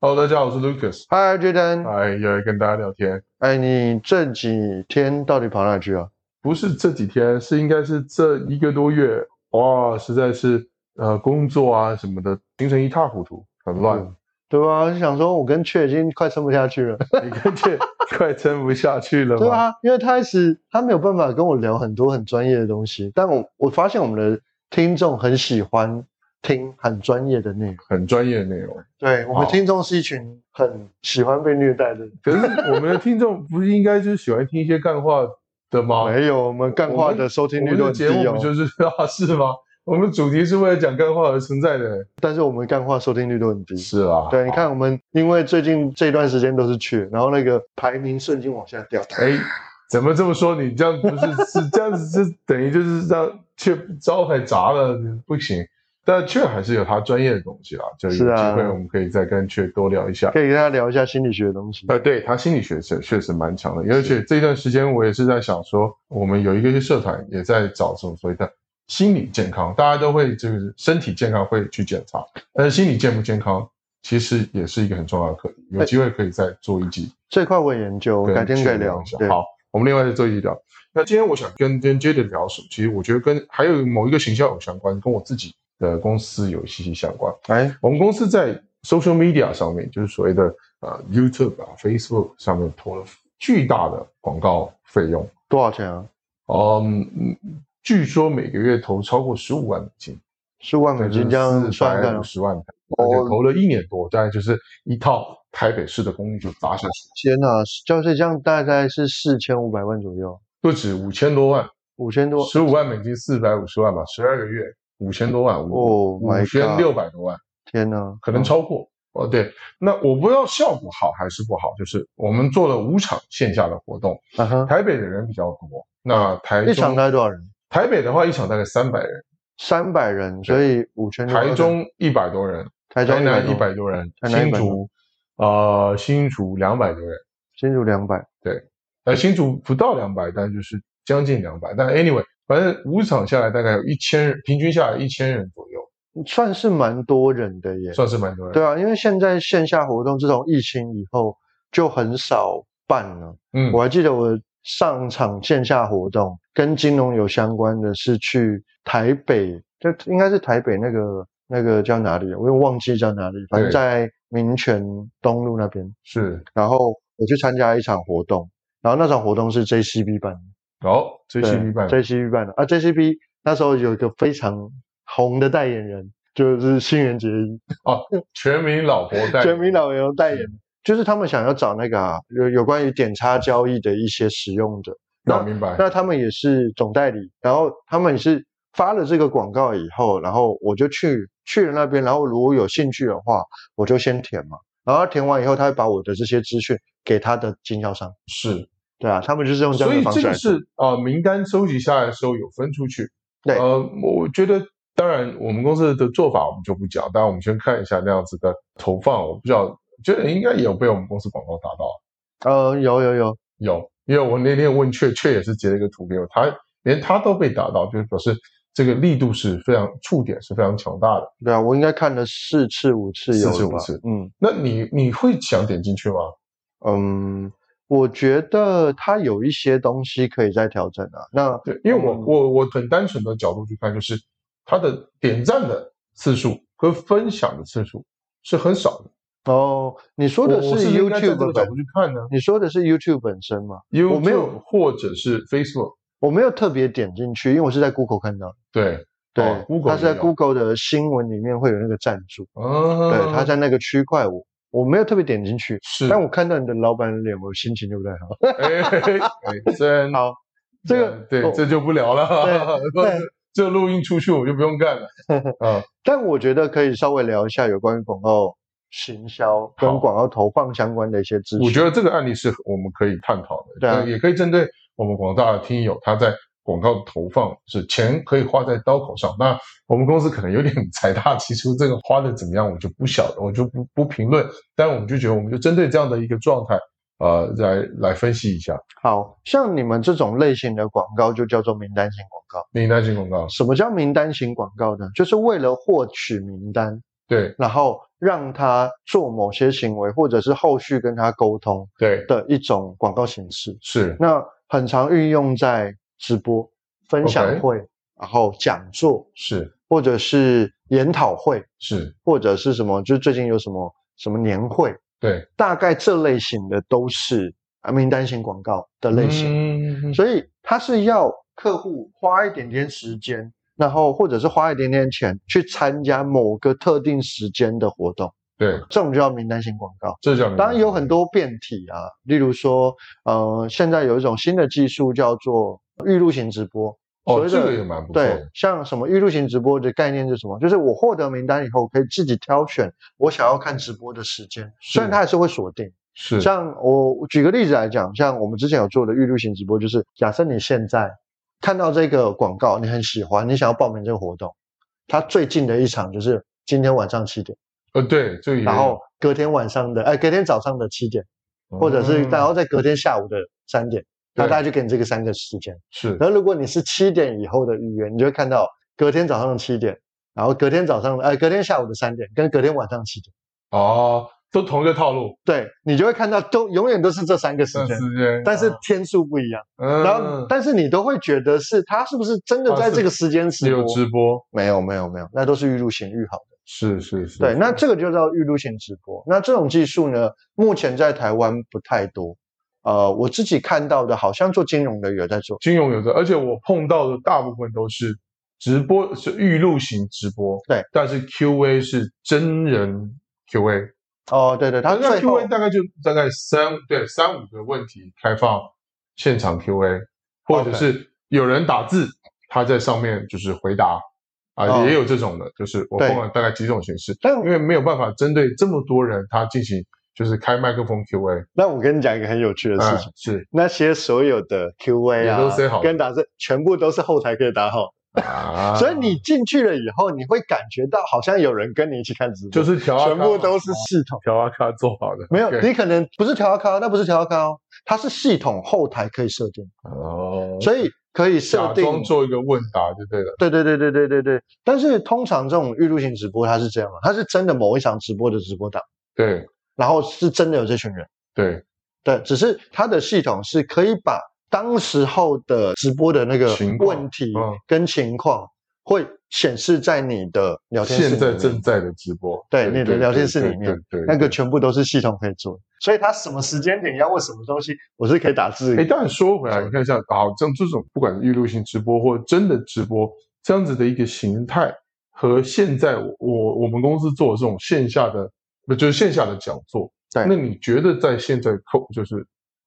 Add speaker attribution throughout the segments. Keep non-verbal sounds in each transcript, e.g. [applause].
Speaker 1: Hello，大家好，我是 Lucas。
Speaker 2: 嗨，Jaden，
Speaker 1: 哎，又来跟大家聊天，
Speaker 2: 哎，你这几天到底跑哪去啊？
Speaker 1: 不是这几天，是应该是这一个多月，哇，实在是呃工作啊什么的，行程一塌糊涂，很乱，
Speaker 2: 嗯对吧？我就想说，我跟雀已经快撑不下去了，
Speaker 1: [laughs] 你跟这快撑不下去了
Speaker 2: 对啊
Speaker 1: 吧？
Speaker 2: 吧？因为他一直他没有办法跟我聊很多很专业的东西，但我我发现我们的听众很喜欢听很专业的内容。
Speaker 1: 很专业的内容，
Speaker 2: 对，我们
Speaker 1: 好
Speaker 2: 听众是一群很喜欢被虐待的人。
Speaker 1: 可是我们的听众不是应该就是喜欢听一些干话的吗？
Speaker 2: 没有，我们干话的收
Speaker 1: 我
Speaker 2: 听率
Speaker 1: 们的
Speaker 2: 都很低
Speaker 1: 节目
Speaker 2: 哦
Speaker 1: 不，就是 [laughs] 啊是吗？我们主题是为了讲干话而存在的，
Speaker 2: 但是我们干话收听率都很低。
Speaker 1: 是啊，
Speaker 2: 对，你看我们，因为最近这段时间都是去，然后那个排名瞬间往下掉。
Speaker 1: 哎，怎么这么说？你这样不是是这样子，是等于就是让却招牌砸了，不行。但却还是有他专业的东西啦，就有机
Speaker 2: 是啊
Speaker 1: 会我们可以再跟雀多聊一下。
Speaker 2: 可以跟大家聊一下心理学的东西。
Speaker 1: 呃，对他心理学是确实蛮强的，而且这段时间我也是在想说，我们有一个社团也在找这种所谓的心理健康，大家都会就是身体健康会去检查，但是心理健不健康其实也是一个很重要的课题，有机会可以再做一集
Speaker 2: 这块我也研究，
Speaker 1: 跟
Speaker 2: 改天可以聊
Speaker 1: 一下。。
Speaker 2: 对，
Speaker 1: 好，我们另外再做一聊。那今天我想跟跟 Jade 聊什么？其实我觉得跟还有某一个形象有相关，跟我自己的公司有息息相关。
Speaker 2: 哎，
Speaker 1: 我们公司在 social media 上面，就是所谓的呃 YouTube 啊、Facebook 上面投了巨大的广告费用，
Speaker 2: 多少钱啊？
Speaker 1: 嗯，嗯据说每个月投超过十五万美金，
Speaker 2: 十万美金这样算一算
Speaker 1: 五
Speaker 2: 啊，
Speaker 1: 十万台币，而且投了一年多，大概就是一套台北市的公寓就砸下去，
Speaker 2: 天哪，就是这样大概是四千五百万左右，
Speaker 1: 不止五千多万。
Speaker 2: 五千多。
Speaker 1: 十五万美金，四百五十万吧，十二个月五千多万，五
Speaker 2: 哦
Speaker 1: 五
Speaker 2: ，My
Speaker 1: 千
Speaker 2: God！
Speaker 1: 六百多万，
Speaker 2: 天哪，
Speaker 1: 可能
Speaker 2: 嗯
Speaker 1: 超过。哦，对，那我不知道效果好还是不好，就是我们做了五场线下的活动，
Speaker 2: 啊哈，
Speaker 1: 台北的人比较多，那台中
Speaker 2: 一场大概多少人？
Speaker 1: 台北的话，一场大概三百人，
Speaker 2: 三百人，所以五千多。
Speaker 1: 台中一百多人，
Speaker 2: 台中
Speaker 1: 台南一
Speaker 2: 多
Speaker 1: 百，多人，
Speaker 2: 台南
Speaker 1: 新
Speaker 2: 100
Speaker 1: 竹呃新竹两百多人，
Speaker 2: 新竹两百。
Speaker 1: 呃新竹不到两百，但就是将近两百，但 anyway，反正五场下来大概有一千人，平均下来一千人左右，
Speaker 2: 算是蛮多人的耶。
Speaker 1: 算是蛮多人。
Speaker 2: 对啊，因为现在线下活动自从疫情以后就很少办了。
Speaker 1: 嗯，
Speaker 2: 我还记得我上场线下活动跟金融有相关的是去台北，就应该是台北那个那个叫哪里，我有点忘记叫哪里，反正
Speaker 1: 对
Speaker 2: 在民权东路那边。
Speaker 1: 是
Speaker 2: 然后我去参加一场活动，然后那场活动是 JCB 办的
Speaker 1: 哦，JCB 办
Speaker 2: 对，JCB 办的啊，JCB 那时候有一个非常红的代言人，就是新垣结衣。
Speaker 1: 全民老婆代，
Speaker 2: 全民老油代言，就是他们想要找那个啊，有有关于点差交易的一些使用者。
Speaker 1: 那我明白，
Speaker 2: 那他们也是总代理，然后他们也是发了这个广告以后，然后我就去去了那边，然后如果有兴趣的话，我就先填嘛。然后填完以后，他会把我的这些资讯给他的经销商。
Speaker 1: 是，
Speaker 2: 对啊，他们就是用这
Speaker 1: 所
Speaker 2: 样
Speaker 1: 以
Speaker 2: 的方
Speaker 1: 这
Speaker 2: 式
Speaker 1: 个
Speaker 2: 来做。
Speaker 1: 是呃名单收集下来的时候有分出去，
Speaker 2: 对
Speaker 1: 呃，我觉得当然我们公司的做法我们就不讲，当然我们先看一下那样子的投放，我不知道，觉得应该也有被我们公司广告打到，
Speaker 2: 呃，有有有，
Speaker 1: 有，因为我那天问雀，雀也是截了一个图给我，他连他都被打到，就是表示这个力度是非常触点是非常强大的。
Speaker 2: 对啊，我应该看了四次五次有
Speaker 1: 四次
Speaker 2: 了
Speaker 1: 五
Speaker 2: 吧？
Speaker 1: 次
Speaker 2: 嗯。
Speaker 1: 那你你会想点进去吗？
Speaker 2: 嗯，我觉得它有一些东西可以再调整啊。那
Speaker 1: 对，因为我
Speaker 2: 嗯
Speaker 1: 我我很单纯的角度去看，就是它的点赞的次数和分享的次数是很少的。
Speaker 2: 哦，你说的
Speaker 1: 我我是应该在这
Speaker 2: YouTube
Speaker 1: 个角
Speaker 2: 本，
Speaker 1: 度去看呢，
Speaker 2: 你说的是 YouTube 本身吗？
Speaker 1: 因为
Speaker 2: 我没有
Speaker 1: 或者是 Facebook，
Speaker 2: 我没有特别点进去，因为我是在 Google 看到的。
Speaker 1: 对
Speaker 2: 对，
Speaker 1: 哦，Google
Speaker 2: 它是在
Speaker 1: 也有
Speaker 2: Google 的新闻里面会有那个赞助，
Speaker 1: 啊，
Speaker 2: 对，它在那个区块我。我没有特别点进去，
Speaker 1: 是，
Speaker 2: 但我看到你的老板的脸，我心情就不太好。
Speaker 1: 哎哎哎真
Speaker 2: [laughs] 好，这个
Speaker 1: 嗯对
Speaker 2: 哦
Speaker 1: 这就不聊了， [laughs]
Speaker 2: 对
Speaker 1: 这录音出去我就不用干了啊，
Speaker 2: 但我觉得可以稍微聊一下有关于广告行销
Speaker 1: 好
Speaker 2: 跟广告投放相关的一些资讯。
Speaker 1: 我觉得这个案例是我们可以探讨的，
Speaker 2: 对啊
Speaker 1: 呃也可以针对我们广大的听友，他在广告投放是钱可以花在刀口上。那我们公司可能有点 [laughs] 财大气粗，这个花的怎么样，我就不晓得，我就不不评论。但我们就觉得，我们就针对这样的一个状态，呃，来来分析一下
Speaker 2: 好像你们这种类型的广告就叫做名单型广告。
Speaker 1: 名单型广告。
Speaker 2: 什么叫名单型广告呢？就是为了获取名单，
Speaker 1: 对
Speaker 2: 然后让他做某些行为，或者是后续跟他沟通
Speaker 1: 对
Speaker 2: 的一种广告形式。
Speaker 1: 是
Speaker 2: 那很常运用在直播、分享
Speaker 1: OK
Speaker 2: 会然后讲座，
Speaker 1: 是
Speaker 2: 或者是研讨会，
Speaker 1: 是，
Speaker 2: 或者是什么，就是最近有什么什么年会，
Speaker 1: 对
Speaker 2: 大概这类型的都是啊名单型广告的类
Speaker 1: 嗯
Speaker 2: 型。
Speaker 1: 型
Speaker 2: 所以它是要客户花一点点时间，然后或者是花一点点钱去参加某个特定时间的活动，
Speaker 1: 对，
Speaker 2: 这种就叫名单型广告。
Speaker 1: 这叫
Speaker 2: 当然有很多变体啊，例如说，呃，现在有一种新的技术叫做预录型直播。所
Speaker 1: 哦，
Speaker 2: 谓
Speaker 1: 这
Speaker 2: 的
Speaker 1: 个也蛮不错
Speaker 2: 对
Speaker 1: 的，，
Speaker 2: 像什么预录型直播的概念是什么？就是我获得名单以后，可以自己挑选我想要看直播的时间，虽然它还是会锁定。
Speaker 1: 是
Speaker 2: 像我举个例子来讲，像我们之前有做的预录型直播，就是假设你现在看到这个广告，你很喜欢，你想要报名这个活动，它最近的一场就是今天晚上七点，
Speaker 1: 呃对，这个也
Speaker 2: 然
Speaker 1: 有
Speaker 2: 后隔天晚上的，哎，隔天早上的七点，或者是哦
Speaker 1: 嗯
Speaker 2: 然后再隔天下午的三点，那
Speaker 1: 对
Speaker 2: 大家就给你这个三个时间。
Speaker 1: 是
Speaker 2: 然后如果你是七点以后的预约，你就会看到隔天早上的七点，然后隔天早上的，哎，隔天下午的三点，跟隔天晚上七点，
Speaker 1: 哦，都同一个套路，
Speaker 2: 对你就会看到都永远都是这三个时
Speaker 1: 但
Speaker 2: 间。
Speaker 1: 时间，
Speaker 2: 但是天数不一样，
Speaker 1: 啊嗯
Speaker 2: 然后但是你都会觉得是他是不是真的
Speaker 1: 啊
Speaker 2: 在
Speaker 1: 是
Speaker 2: 这个时间
Speaker 1: 也
Speaker 2: 直
Speaker 1: 有
Speaker 2: 播？
Speaker 1: 直播，
Speaker 2: 没有没有没有，那都是预录型预好的。
Speaker 1: 是是是，
Speaker 2: 对，那这个就叫预录型直播。那这种技术呢，目前在台湾不太多。呃，我自己看到的，好像做金融的有在做。
Speaker 1: 金融有的，而且我碰到的大部分都是直播，是预录型直播，
Speaker 2: 对，
Speaker 1: 但是 Q&A 是真人 Q&A，
Speaker 2: 哦，对对，他
Speaker 1: 那
Speaker 2: 最后
Speaker 1: Q&A 大概就大概三对三五个问题开放现场 Q&A，或者是有人打字，他在上面就是回答啊、
Speaker 2: 哦
Speaker 1: 也有这种的，就是我
Speaker 2: 对
Speaker 1: 碰了大概几种形式，
Speaker 2: 但
Speaker 1: 因为没有办法针对这么多人，他进行就是开麦克风 Q&A，
Speaker 2: 那我跟你讲一个很有趣的事
Speaker 1: 嗯
Speaker 2: 情，
Speaker 1: 是
Speaker 2: 那些所有的 Q&A 啊，
Speaker 1: 也都塞好了
Speaker 2: 跟打字全部都是后台可以打好，
Speaker 1: 啊，
Speaker 2: 所以你进去了以后，你会感觉到好像有人跟你一起看直播，
Speaker 1: 就是调啊
Speaker 2: 全
Speaker 1: 咖
Speaker 2: 部都是系统。
Speaker 1: 调啊咖做好的，
Speaker 2: 没有，
Speaker 1: OK
Speaker 2: 你可能不是调咖，那不是调咖哦，它是系统后台可以设定，
Speaker 1: 哦，
Speaker 2: 所以可以
Speaker 1: 假
Speaker 2: 设定。
Speaker 1: 装做一个问答就对了，
Speaker 2: 对对对对对对对。但是通常这种预录型直播它是这样的，啊它是真的某一场直播的直播档，
Speaker 1: 对
Speaker 2: 然后是真的有这群人，
Speaker 1: 对，
Speaker 2: 对，只是它的系统是可以把当时候的直播的那个
Speaker 1: 情况
Speaker 2: 问题
Speaker 1: 嗯
Speaker 2: 跟情况会显示在你的聊天室里
Speaker 1: 现在
Speaker 2: 面。
Speaker 1: 正在的直播，
Speaker 2: 对你的聊天室里面
Speaker 1: 对对
Speaker 2: 那个全部都是系统可以做的，所以它什么时间点要问什么东西，我是可以打字。
Speaker 1: 哎，但说回来，你看一下，好，像这种不管是预录性直播或真的直播这样子的一个形态，和现在我我我们公司做的这种线下的，不就是线下的讲座？
Speaker 2: 对
Speaker 1: 那你觉得在现在扣就是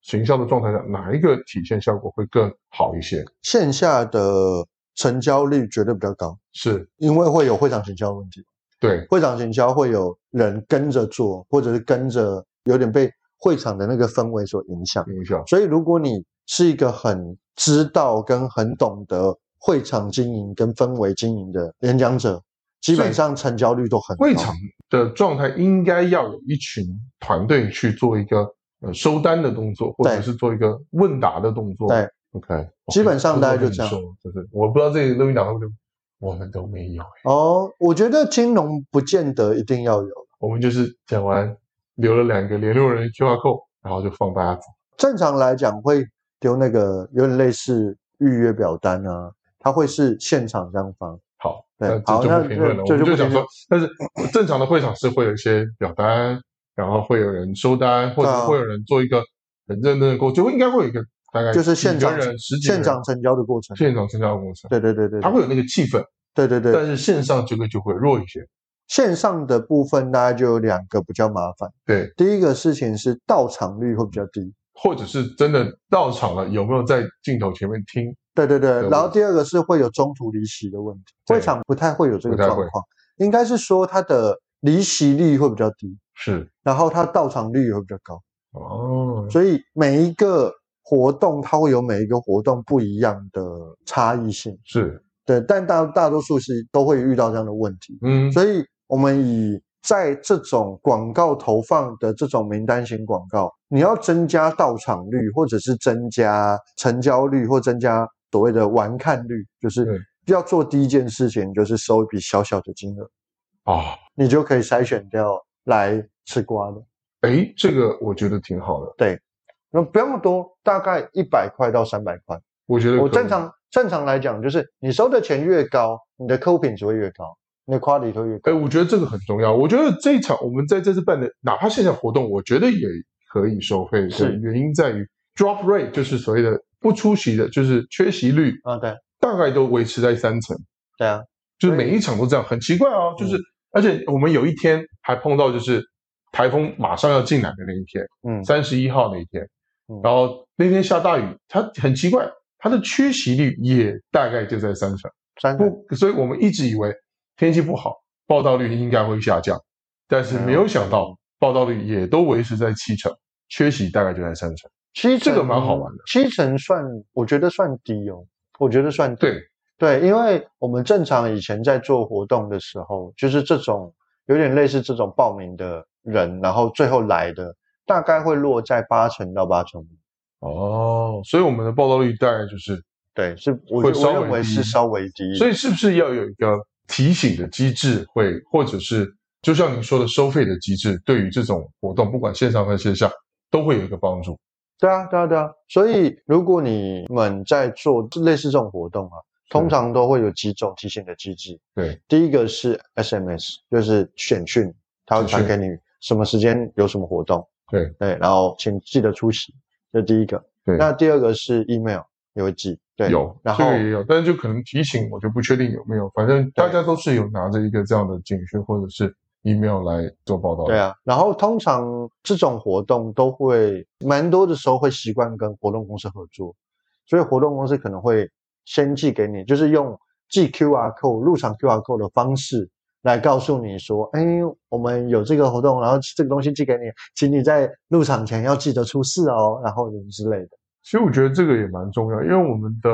Speaker 1: 行销的状态下，哪一个体现效果会更好一些？
Speaker 2: 线下的成交率绝对比较高，
Speaker 1: 是
Speaker 2: 因为会有会场行销的问题，
Speaker 1: 对，
Speaker 2: 会场行销会有人跟着做，或者是跟着有点被会场的那个氛围所影响。
Speaker 1: 影响
Speaker 2: 所以如果你是一个很知道跟很懂得会场经营跟氛围经营的演讲者，基本上成交率都很高。
Speaker 1: 会场的状态应该要有一群团队去做一个呃收单的动作，或者
Speaker 2: 对
Speaker 1: 是做一个问答的动作。
Speaker 2: 对
Speaker 1: ，OK，哦哎
Speaker 2: 基本上大概就这
Speaker 1: 这
Speaker 2: 样
Speaker 1: 样，就是我不知道这个录音档会不会，我们都没有，
Speaker 2: 哦，我觉得金融不见得一定要有。
Speaker 1: 我们就是讲完留了两个联络人的 QR code，然后就放大家走。
Speaker 2: 正常来讲会丢那个有点类似预约表单啊，它会是现场这样发。
Speaker 1: 好，
Speaker 2: 对
Speaker 1: 那
Speaker 2: 好
Speaker 1: 这就
Speaker 2: 那
Speaker 1: 不评论了。
Speaker 2: 这
Speaker 1: 我们
Speaker 2: 这就
Speaker 1: 就
Speaker 2: 不
Speaker 1: 想
Speaker 2: 评
Speaker 1: 说，但是正常的会场是会有一些表单，然后会有人收单，或
Speaker 2: 对
Speaker 1: 者
Speaker 2: 啊
Speaker 1: 会有人做一个很认真的过，就应该会有一个大概
Speaker 2: 就是现
Speaker 1: 几个
Speaker 2: 场
Speaker 1: 人十几个
Speaker 2: 现
Speaker 1: 人
Speaker 2: 场成交的过程。
Speaker 1: 现场参加的过程。
Speaker 2: 对对对对，
Speaker 1: 它会有那个气氛，
Speaker 2: 对对对
Speaker 1: 但是线上这个就会弱一些。
Speaker 2: 线上的部分大概就有两个比较麻烦。
Speaker 1: 对，
Speaker 2: 第一个事情是到场率会比较低。
Speaker 1: 或者是真的到场了，有没有在镜头前面听？
Speaker 2: 对对对
Speaker 1: 对，
Speaker 2: 然后第二个是会有中途离席的问题，
Speaker 1: 对
Speaker 2: 会场不太会有这个
Speaker 1: 不太
Speaker 2: 状
Speaker 1: 会
Speaker 2: 况，应该是说它的离席率会比较低，
Speaker 1: 是
Speaker 2: 然后它到场率也会比较高。
Speaker 1: 哦，
Speaker 2: 所以每一个活动它会有每一个活动不一样的差异性，
Speaker 1: 是
Speaker 2: 对，但大大多数是都会遇到这样的问题，
Speaker 1: 嗯，
Speaker 2: 所以我们以在这种广告投放的这种名单型广告，你要增加到场率，或者是增加成交率，或增加所谓的完看率，
Speaker 1: 对
Speaker 2: 就是要做第一件事情就是收一笔小小的金额，
Speaker 1: 啊，
Speaker 2: 你就可以筛选掉来吃瓜的。
Speaker 1: 哎，这个我觉得挺好的，
Speaker 2: 那不用多，大概一百块到三百块。
Speaker 1: 我觉得
Speaker 2: 我
Speaker 1: 可以
Speaker 2: 正常正常来讲，就是你收的钱越高，你的客户品质会越高，你的 quality 会越高。
Speaker 1: 哎，我觉得这个很重要。我觉得这一场我们在这次办的，哪怕线下活动，我觉得也可以收费。
Speaker 2: 是
Speaker 1: 原因在于 drop rate，就是所谓的不出席的，就是缺席率，
Speaker 2: 啊，对
Speaker 1: 大概都维持在三成，
Speaker 2: 对啊，
Speaker 1: 就是
Speaker 2: 对嗯
Speaker 1: 每一场都这样，很奇怪哦。就是、而且我们有一天还碰到就是台风马上要进来的那一天，
Speaker 2: 嗯，
Speaker 1: 三十一号那一天
Speaker 2: 嗯，
Speaker 1: 然后那天下大雨，它很奇怪，它的缺席率也大概就在三成。
Speaker 2: 三个
Speaker 1: 不，所以我们一直以为天气不好，报道率应该会下降，但
Speaker 2: 嗯
Speaker 1: 是没有想到报道率也都维持在七成，缺席大概就在三成。
Speaker 2: 七
Speaker 1: 这
Speaker 2: 成
Speaker 1: 个蛮好玩的，
Speaker 2: 七成算我觉得算低哦，我觉得算低。
Speaker 1: 对，
Speaker 2: 对，因为我们正常以前在做活动的时候，就是这种有点类似这种报名的人，然后最后来的大概会落在八成到八成五。
Speaker 1: 哦，所以我们的报道率大概就是，
Speaker 2: 对，是我
Speaker 1: 会稍微
Speaker 2: 我认为
Speaker 1: 低
Speaker 2: 是稍微低，
Speaker 1: 所
Speaker 2: 以
Speaker 1: 以是不是要有一个提醒的机制会，或者是就像您说的收费的机制，对于这种活动，不管线上和线下，都会有一个帮助。
Speaker 2: 对啊，对啊，对啊。所以如果你们在做类似这种活动啊，通常都会有几种提醒的机制。
Speaker 1: 对，
Speaker 2: 第一个是 SMS，就是简讯，它会传
Speaker 1: 简
Speaker 2: 给你什么时间有什么活动。
Speaker 1: 对
Speaker 2: 对，然后请记得出席，这第一个。
Speaker 1: 对
Speaker 2: 那第二个是 email 也会寄，对，
Speaker 1: 有，
Speaker 2: 然
Speaker 1: 这
Speaker 2: 后
Speaker 1: 个也有，但是就可能提醒我就不确定有没有，反正大家都是有拿着一个这样的警讯或者是 email 来做报道的。
Speaker 2: 对啊，然后通常这种活动都会蛮多的时候会习惯跟活动公司合作，所以活动公司可能会先寄给你，就是用寄 QR code 入场 QR code 的方式来告诉你说，哎，我们有这个活动，然后这个东西寄给你，请你在入场前要记得出示哦，然后之类的。
Speaker 1: 其实我觉得这个也蛮重要，因为我们的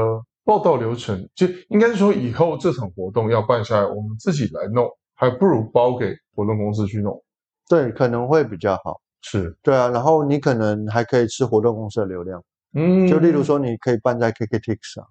Speaker 1: 报道流程，就应该是说以后这场活动要办下来，我们自己来弄，还不如包给活动公司去弄。
Speaker 2: 对，可能会比较好。
Speaker 1: 是，
Speaker 2: 对啊，然后你可能还可以吃活动公司的流量，
Speaker 1: 嗯
Speaker 2: 就例如，说你可以办在 KKTix 啊，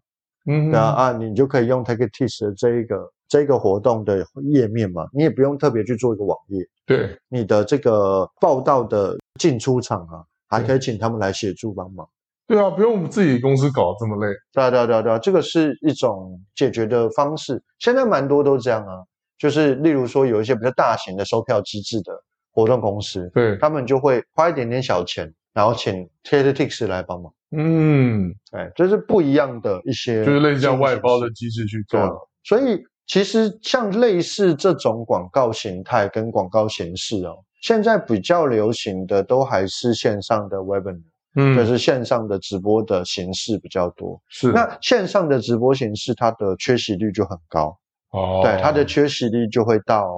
Speaker 1: 嗯，
Speaker 2: 对啊，啊，你就可以用 TakeTeach 的这一个这一个活动的页面嘛，你也不用特别去做一个网页，
Speaker 1: 对，
Speaker 2: 你的这个报道的进出场啊，还可以请他们来协助帮忙。
Speaker 1: 对啊，不用我们自己公司搞得这么累。
Speaker 2: 对啊，对啊，对啊，对啊，这个是一种解决的方式，现在蛮多都这样啊，就是例如说有一些比较大型的售票机制的活动公司，
Speaker 1: 对，
Speaker 2: 他们就会花一点点小钱，然后请 TakeTeach 来帮忙。
Speaker 1: 嗯，
Speaker 2: 对，这是不一样的一些，
Speaker 1: 就是类似像外包的机制去做
Speaker 2: 对啊
Speaker 1: 的。
Speaker 2: 所以其实像类似这种广告形态跟广告形式哦，现在比较流行的都还是线上的 webinar，、
Speaker 1: 嗯，
Speaker 2: 就是线上的直播的形式比较多。
Speaker 1: 是
Speaker 2: 那线上的直播形式，它的缺席率就很高，
Speaker 1: 哦，
Speaker 2: 对，它的缺席率就会到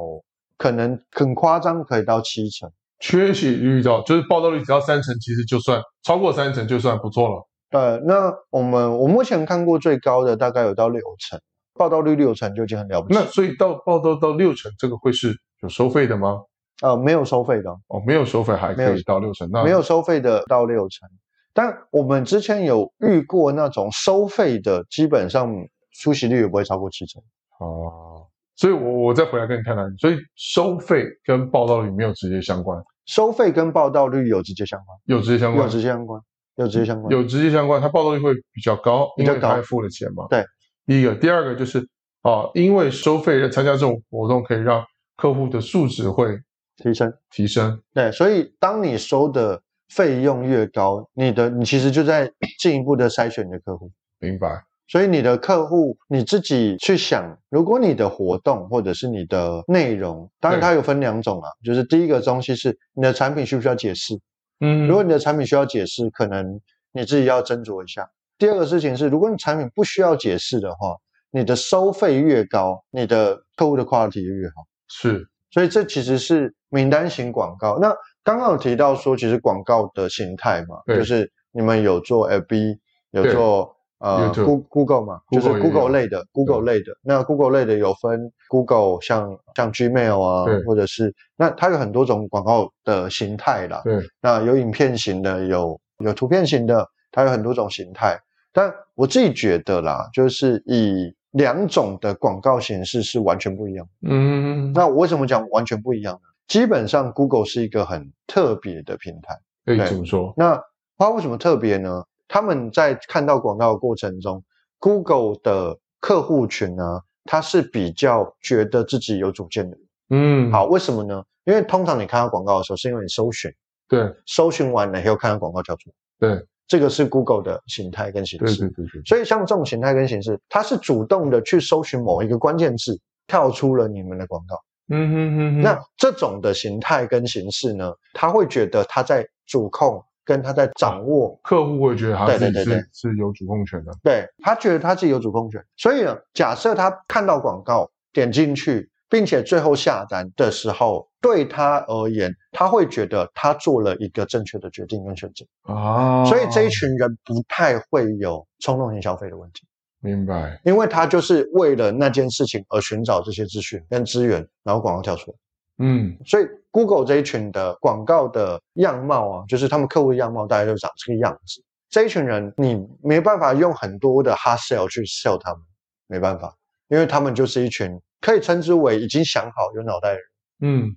Speaker 2: 可能很夸张，可以到七成。
Speaker 1: 缺席率到就是报道率只要三成，其实就算超过三成就算不错了。
Speaker 2: 对，呃那我们我目前看过最高的大概有到六成，报道率六成就已经很了不起
Speaker 1: 那。所以到报道到六成，这个会是有收费的吗？
Speaker 2: 呃，没有收费的哦、
Speaker 1: 哦，没有收费还
Speaker 2: 没
Speaker 1: 可
Speaker 2: 有
Speaker 1: 以到六成，那
Speaker 2: 没有收费的到六成，但我们之前有遇过那种收费的，基本上出席率也不会超过七成。
Speaker 1: 哦，所以我我再回来跟你谈谈，所以收费跟报道率没有直接相关，
Speaker 2: 收费跟报道率有直接相关，
Speaker 1: 有直接相关
Speaker 2: 有，直接相关，有直接相关。
Speaker 1: 有直接相关，它报道率会比较高，
Speaker 2: 比
Speaker 1: 因
Speaker 2: 较
Speaker 1: 为它
Speaker 2: 高
Speaker 1: 付了钱嘛。
Speaker 2: 对，
Speaker 1: 第一个，第二个就是啊，因为收费参加这种活动，可以让客户的素质会
Speaker 2: 提升，
Speaker 1: 提升。
Speaker 2: 对，所以当你收的费用越高，你的你其实就在进一步的筛选你的客户。
Speaker 1: 明白？
Speaker 2: 所以你的客户你自己去想，如果你的活动或者是你的内容，当然
Speaker 1: 对
Speaker 2: 它有分两种啊，就是第一个东西是你的产品需不需要解释，
Speaker 1: 嗯
Speaker 2: 如果你的产品需要解释，可能你自己要斟酌一下。第二个事情是，如果你产品不需要解释的话，你的收费越高，你的客户的 quality 就越好。
Speaker 1: 是
Speaker 2: 所以这其实是名单型广告。那刚刚有提到说，其实广告的形态嘛，
Speaker 1: 对
Speaker 2: 就是你们有做 FB，有
Speaker 1: 对
Speaker 2: 做呃
Speaker 1: YouTube
Speaker 2: Goo- Google 嘛，就是
Speaker 1: Google 也有
Speaker 2: Google 类的，Google 类的。那 Google 类的有分 Google 像像 Gmail 啊
Speaker 1: 对，
Speaker 2: 或者是那它有很多种广告的形态啦。
Speaker 1: 对，
Speaker 2: 那有影片型的，有有图片型的，它有很多种形态。但我自己觉得啦，就是以两种的广告形式是完全不一样的。
Speaker 1: 嗯，
Speaker 2: 那我为什么讲完全不一样呢？基本上 Google 是一个很特别的平台。
Speaker 1: 可以
Speaker 2: 对嗯
Speaker 1: 这么说，
Speaker 2: 那它为什么特别呢？他们在看到广告的过程中，Google 的客户群呢，他是比较觉得自己有主见的。
Speaker 1: 嗯，
Speaker 2: 好，，为什么呢？因为通常你看到广告的时候，是因为你搜寻，
Speaker 1: 对
Speaker 2: 搜寻完了以后看到广告跳出。
Speaker 1: 对，
Speaker 2: 这个是 Google 的形态跟形
Speaker 1: 对
Speaker 2: 式
Speaker 1: 对。对对，
Speaker 2: 所以像这种形态跟形式，它是主动的去搜寻某一个关键字，跳出了你们的广告。
Speaker 1: 嗯哼哼哼，
Speaker 2: 那这种的形态跟形式呢，他会觉得他在主控，跟他在掌握
Speaker 1: 客户会觉得他
Speaker 2: 对
Speaker 1: 自己
Speaker 2: 对对对
Speaker 1: 是是有主控权的，
Speaker 2: 对他觉得他自己有主控权，所以呢，假设他看到广告点进去，并且最后下单的时候，对他而言，他会觉得他做了一个正确的决定跟选择，
Speaker 1: 啊，
Speaker 2: 哦所以这一群人不太会有冲动型消费的问题，
Speaker 1: 明白，
Speaker 2: 因为他就是为了那件事情而寻找这些资讯跟资源，然后广告跳出来。
Speaker 1: 嗯
Speaker 2: 所以 Google 这一群的广告的样貌啊，就是他们客户的样貌大概就长这个样子。这一群人你没办法用很多的 hard sell 去 sell 他们，没办法，因为他们就是一群可以称之为已经想好有脑袋的人。
Speaker 1: 嗯，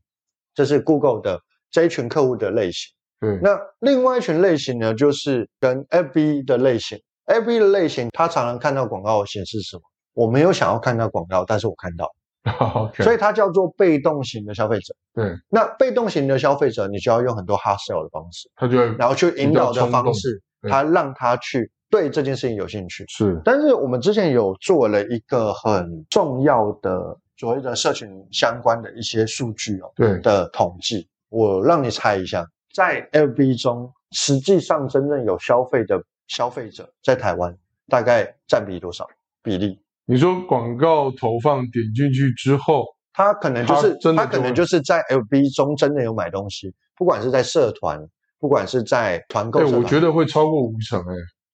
Speaker 2: 这是 Google 的这一群客户的类型。
Speaker 1: 对，
Speaker 2: 那另外一群类型呢，就是跟 FB 的类型，FB 的类型，他常常看到广告显示什么？我没有想要看到广告，但是我看到了。
Speaker 1: OK，
Speaker 2: 所以它叫做被动型的消费者。
Speaker 1: 对，
Speaker 2: 那被动型的消费者，你就要用很多 hard sell 的方式，
Speaker 1: 他就会
Speaker 2: 然后去引导的
Speaker 1: 比较冲
Speaker 2: 方
Speaker 1: 动
Speaker 2: 式，
Speaker 1: 对
Speaker 2: 他让他去对这件事情有兴趣。
Speaker 1: 是
Speaker 2: 但是我们之前有做了一个很重要的所谓的社群相关的一些数据哦
Speaker 1: 对，
Speaker 2: 的统计，我让你猜一下，在 FB 中实际上真正有消费的消费者在台湾大概占比多少比例？
Speaker 1: 你说广告投放点进去之后，
Speaker 2: 他可能就是
Speaker 1: 他真的
Speaker 2: 他可能
Speaker 1: 就
Speaker 2: 就是在 FB 中真的有买东西，不管是在社团，不管是在团购
Speaker 1: 对，
Speaker 2: 社团。
Speaker 1: 我觉得会超过五成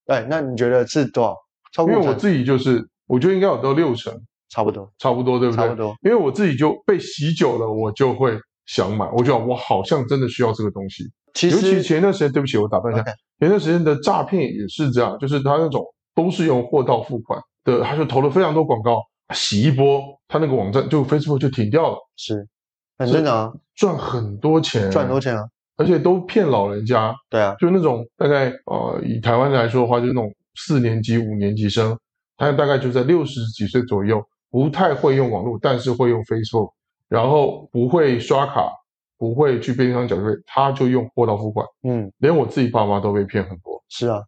Speaker 1: 哎、
Speaker 2: 对，那你觉得是多少？超过
Speaker 1: 因为
Speaker 2: 五成
Speaker 1: 我自己就是，我觉得应该有到六成，
Speaker 2: 差不多，
Speaker 1: 差不多，对不对？
Speaker 2: 差不多。
Speaker 1: 因为我自己就被洗久了，我就会想买，我就想我好像真的需要这个东西。
Speaker 2: 其
Speaker 1: 尤其
Speaker 2: 实
Speaker 1: 前段时间，对不起，我打断一下
Speaker 2: OK
Speaker 1: 前段时间的诈骗也是这样，就是他那种都是用货到付款的，他就投了非常多广告，洗一波，他那个网站就 Facebook 就停掉了，
Speaker 2: 是很正常啊，
Speaker 1: 赚很多钱，
Speaker 2: 赚很多，钱啊，
Speaker 1: 而且都骗老人家，
Speaker 2: 对啊，
Speaker 1: 就那种大概呃，以台湾来说的话，就是那种四年级、五年级生，他大概就在六十几岁左右，不太会用网络，但是会用 Facebook，然后不会刷卡，不会去便利商店缴费，他就用货到付款。
Speaker 2: 嗯，
Speaker 1: 连我自己爸妈都被骗很多。
Speaker 2: 是啊，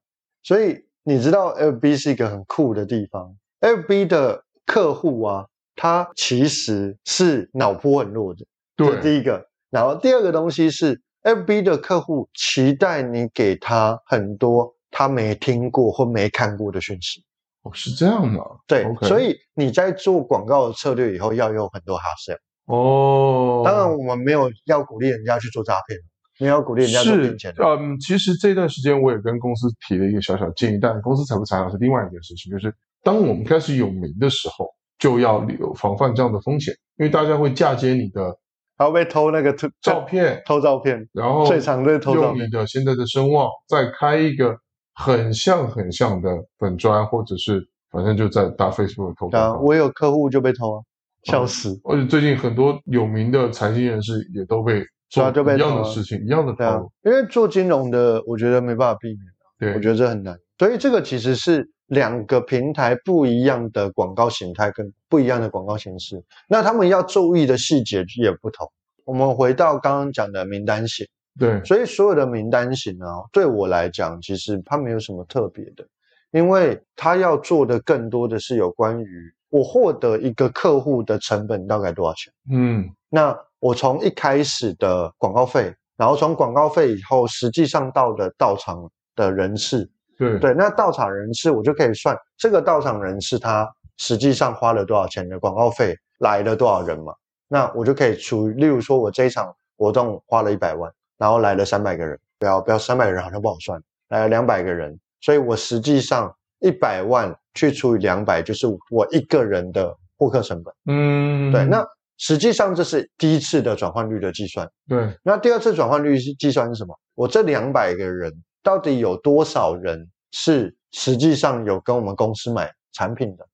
Speaker 2: 所以你知道 FB 是一个很酷的地方，FB 的客户啊，他其实是脑波很弱的，这是
Speaker 1: 对，
Speaker 2: 第一个。然后第二个东西是，FB 的客户期待你给他很多他没听过或没看过的讯息。
Speaker 1: 哦，是这样的啊、
Speaker 2: 对
Speaker 1: OK
Speaker 2: 所以你在做广告的策略以后，要有很多 hard sell。
Speaker 1: 哦。
Speaker 2: 当然，我们没有要鼓励人家去做诈骗，没有鼓励人家做骗
Speaker 1: 是
Speaker 2: 钱，。
Speaker 1: 嗯，其实这段时间我也跟公司提了一个小小建议，但公司采不采纳是另外一件事情，就是当我们开始有名的时候，就要有防范这样的风险，因为大家会嫁接你的
Speaker 2: 还会被偷那个偷
Speaker 1: 照哦片，
Speaker 2: 偷照片，
Speaker 1: 然后
Speaker 2: 最常就是偷照
Speaker 1: 用
Speaker 2: 片
Speaker 1: 你。的现在的声望再开一个很像很像的粉砖，或者是反正就在打 Facebook 投
Speaker 2: 啊，
Speaker 1: 稿。
Speaker 2: 我有客户就被偷啊，
Speaker 1: 哦
Speaker 2: 笑死。
Speaker 1: 而且最近很多有名的财经人士也都被做
Speaker 2: 对啊就被
Speaker 1: 一样
Speaker 2: 投
Speaker 1: 的
Speaker 2: 了
Speaker 1: 事情，一样的
Speaker 2: 对啊
Speaker 1: 套路。，
Speaker 2: 因为做金融的，我觉得没办法避免。
Speaker 1: 哦
Speaker 2: 啊
Speaker 1: 对，
Speaker 2: 我觉得这很难。所以这个其实是两个平台不一样的广告形态跟不一样的广告形式，那他们要注意的细节也不同。我们回到刚刚讲的名单型，
Speaker 1: 对，
Speaker 2: 所以所有的名单型呢，对我来讲，其实它没有什么特别的，因为它要做的更多的是有关于我获得一个客户的成本大概多少钱。
Speaker 1: 嗯，
Speaker 2: 那我从一开始的广告费，然后从广告费以后，实际上到的到场的人次，
Speaker 1: 对，
Speaker 2: 对，那到场人次我就可以算这个到场人次他实际上花了多少钱的广告费，来了多少人嘛？那我就可以除，例如说我这一场活动花了一百万，然后来了三百个人，不要不要三百个人好像不好算，来了两百个人，所以我实际上一百万去除以两百，就是我一个人的获客成本。
Speaker 1: 嗯，
Speaker 2: 对，那实际上这是第一次的转换率的计算。
Speaker 1: 对，
Speaker 2: 那第二次转换率是计算是什么？我这两百个人到底有多少人是实际上有跟我们公司买产品的？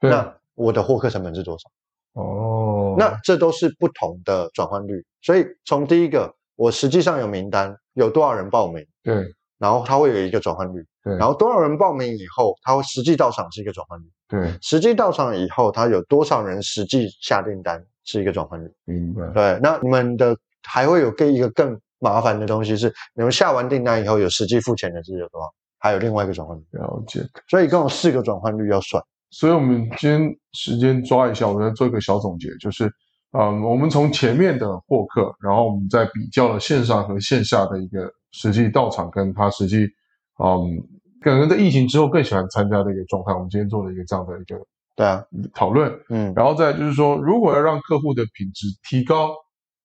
Speaker 1: 对，
Speaker 2: 那我的获客成本是多少。
Speaker 1: 哦，
Speaker 2: 那这都是不同的转换率。所以从第一个，我实际上有名单，有多少人报名，
Speaker 1: 对
Speaker 2: 然后它会有一个转换率，
Speaker 1: 对
Speaker 2: 然后多少人报名以后，它会实际到场是一个转换率，
Speaker 1: 对，
Speaker 2: 实际到场以后，它有多少人实际下订单是一个转换率。
Speaker 1: 明白。
Speaker 2: 对，那你们的还会有更一个更麻烦的东西是，你们下完订单以后有实际付钱的是有多少，还有另外一个转换率，
Speaker 1: 了解，
Speaker 2: 所以一共有四个转换率要算。
Speaker 1: 所以我们今天时间抓一下，我再做一个小总结，就是，嗯，我们从前面的获客，然后我们再比较了线上和线下的一个实际到场，跟他实际，嗯，可能在疫情之后更喜欢参加的一个状态，我们今天做了一个这样的一个
Speaker 2: 对啊，
Speaker 1: 讨论，
Speaker 2: 嗯，
Speaker 1: 然后再就是说，如果要让客户的品质提高，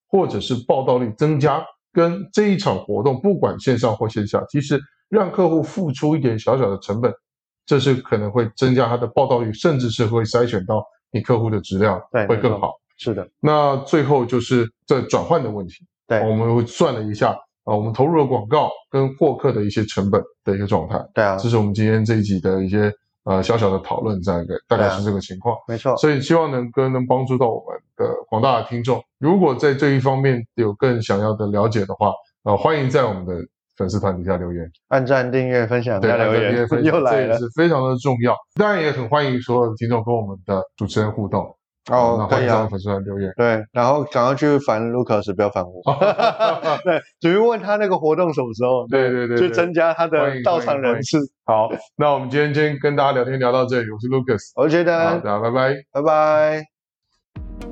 Speaker 1: 或者是报道率增加，跟这一场活动不管线上或线下，其实让客户付出一点小小的成本，这是可能会增加他的报道率，甚至是会筛选到你客户的质量
Speaker 2: 对
Speaker 1: 会更
Speaker 2: 没错
Speaker 1: 好。
Speaker 2: 是的，
Speaker 1: 那最后就是这转换的问题，
Speaker 2: 对
Speaker 1: 我们会算了一下啊，我们投入了广告跟获客的一些成本的一个状态。
Speaker 2: 对啊，
Speaker 1: 这是我们今天这一集的一些呃小小的讨论，这样一个大概
Speaker 2: 啊
Speaker 1: 是这个情况。
Speaker 2: 没错，
Speaker 1: 所以希望能跟能帮助到我们的广大的听众。如果在这一方面有更想要的了解的话，呃，欢迎在我们的粉丝团底下留言，
Speaker 2: 按赞、订阅、分享、
Speaker 1: 对，
Speaker 2: 加留
Speaker 1: 按照订阅
Speaker 2: [laughs] 言
Speaker 1: 分，享
Speaker 2: 又来
Speaker 1: 这也
Speaker 2: 了
Speaker 1: 是非常的重要。当然也很欢迎所有的听众跟我们的主持人互动，
Speaker 2: 哦
Speaker 1: 那，欢
Speaker 2: 可
Speaker 1: 迎
Speaker 2: 以
Speaker 1: 在我
Speaker 2: 啊
Speaker 1: 们，粉丝团留
Speaker 2: [laughs]
Speaker 1: 言。
Speaker 2: 对，然后赶快去烦 Lucas，不要
Speaker 1: [laughs]
Speaker 2: 烦我。对，只是问他那个活动什么时候，
Speaker 1: 对对对对
Speaker 2: 就增加他
Speaker 1: 欢
Speaker 2: 的
Speaker 1: 迎
Speaker 2: 到
Speaker 1: 欢迎
Speaker 2: 场
Speaker 1: 欢
Speaker 2: 人次。
Speaker 1: 好，那我们今天今天跟大家聊天聊到这里，我是 Lucas，
Speaker 2: 我觉
Speaker 1: 好，
Speaker 2: 得，
Speaker 1: 大家拜拜。
Speaker 2: 拜拜。